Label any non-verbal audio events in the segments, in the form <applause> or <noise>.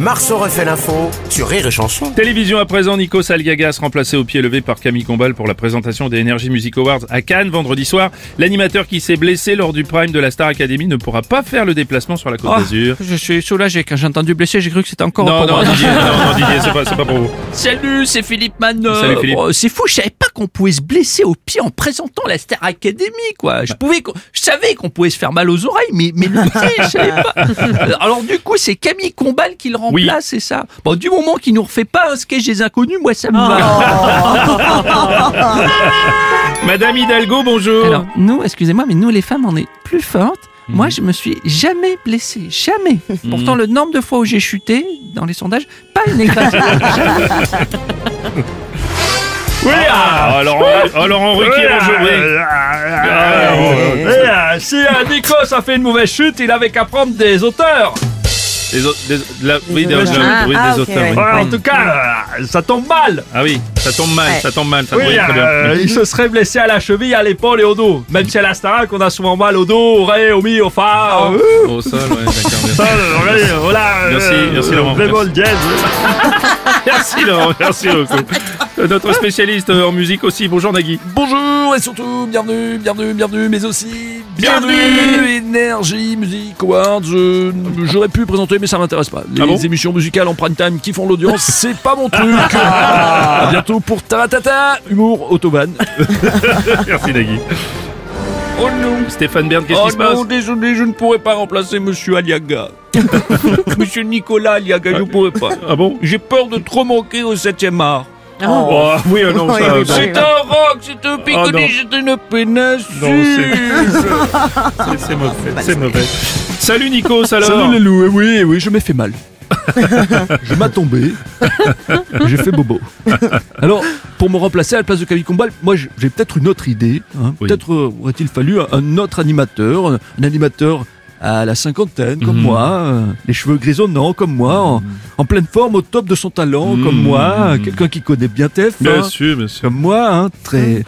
Marceau refait l'info sur Rire et Chanson. Télévision à présent, Nico Salgagas remplacé au pied levé par Camille Combal pour la présentation des Energy Music Awards à Cannes vendredi soir. L'animateur qui s'est blessé lors du prime de la Star Academy ne pourra pas faire le déplacement sur la Côte Ah, d'Azur. Je suis soulagé. Quand j'ai entendu blessé, j'ai cru que c'était encore Non, pour non, moi. Didier, non, non, Didier, c'est pas, c'est pas pour vous. <laughs> Salut, c'est Philippe Manœuvre. Salut, Philippe. Oh, c'est fou, je savais pas qu'on pouvait se blesser au pied en présentant la Star Academy, quoi. Je pouvais, qu'on- je savais qu'on pouvait se faire mal aux oreilles, mais, mais le pied, je savais pas. <laughs> Euh, Alors, du coup, c'est Camille Combal qui le remplace, c'est ça. Bon, du moment qu'il nous refait pas un sketch des inconnus, moi, ça me Ah. <laughs> va. Madame Hidalgo, bonjour. Alors, nous, excusez-moi, mais nous, les femmes, on est plus fortes. Mhm. Moi, je me suis jamais blessée, jamais. Pourtant, le nombre de fois où j'ai chuté dans les sondages, pas une écrasée. <laughs> Oui, ah, alors, Henri- alors Henri qui est bonjour, oui. Ah, bon, Eh, euh, si euh, Nikos a fait une mauvaise chute, il avait qu'à prendre des auteurs. Des au- des- de la- oui, des- auteurs. de la- oui, Ah, des ok, auteurs, oui. ouais. Ouais, En tout cas, euh, ça tombe mal. Ah oui, ça tombe mal, Ouais. ça tombe mal, ça Oui, tombe très bien. euh, il se serait blessé à la cheville, à l'épaule et au dos. Même si à la Starac, on a souvent mal au dos, au ré, au mi, au fa. euh, Au sol, ouais, d'accord, bien. ça, euh, ouais, voilà, Merci, euh, merci, Laurent. vraiment le jazz. Merci Laurent, merci beaucoup. Euh, Notre spécialiste euh, en musique aussi, bonjour Nagui. Bonjour et surtout bienvenue, bienvenue, bienvenue, mais aussi Bienvenue. bienvenue, Énergie, Musique, Awards. euh, J'aurais pu présenter, mais ça m'intéresse pas. Les Ah bon émissions musicales en prime time qui font <laughs> l'audience, c'est pas mon truc. à bientôt pour Taratata, humour, autoban. Merci Nagui. Oh non Stéphane Bern, qu'est-ce Oh qui se passe non, désolé, je ne pourrais pas remplacer <laughs> Monsieur Aliaga. Monsieur Nicolas Aliaga, je ne pourrais pas. Ah bon J'ai peur de trop manquer au 7ème art. Oh, oui, euh, non, Oui, ça. oui, non. oui. C'est un rock, c'est un Oh non. piccoli, c'est une Non, péninsule. c'est c'est mauvais, c'est mauvais. Salut Nikos alors. Salut les loups, Eh oui, eh oui, je m'ai <laughs> fait mal. je m'as tombé, j'ai fait bobo. Alors, pour me remplacer à la place de Camille Combal, moi j'ai j'ai peut-être une autre idée. hein. Oui. Peut-être euh, aurait-il fallu un- un autre animateur, un un animateur à la cinquantaine comme Mhm. moi, euh, les cheveux grisonnants comme moi, en, en pleine forme, au top de son talent comme Mhm. moi, euh, quelqu'un qui connaît bien hein. TF, Bien sûr, bien sûr. comme moi, hein, très,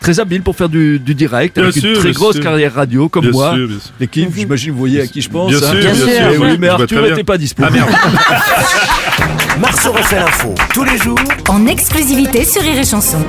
très habile pour faire du, du direct, Bien avec sûr, une très bien grosse sûr. carrière radio comme bien moi. sûr, bien sûr. L'équipe, j'imagine, vous voyez à qui je pense. Bien hein. sûr, bien sûr, Eh bien oui, sûr. mais Je vois Arthur très bien. n'était pas dispo. Ah merde. Marceau refait l'info tous les jours en exclusivité sur Rire et Chanson.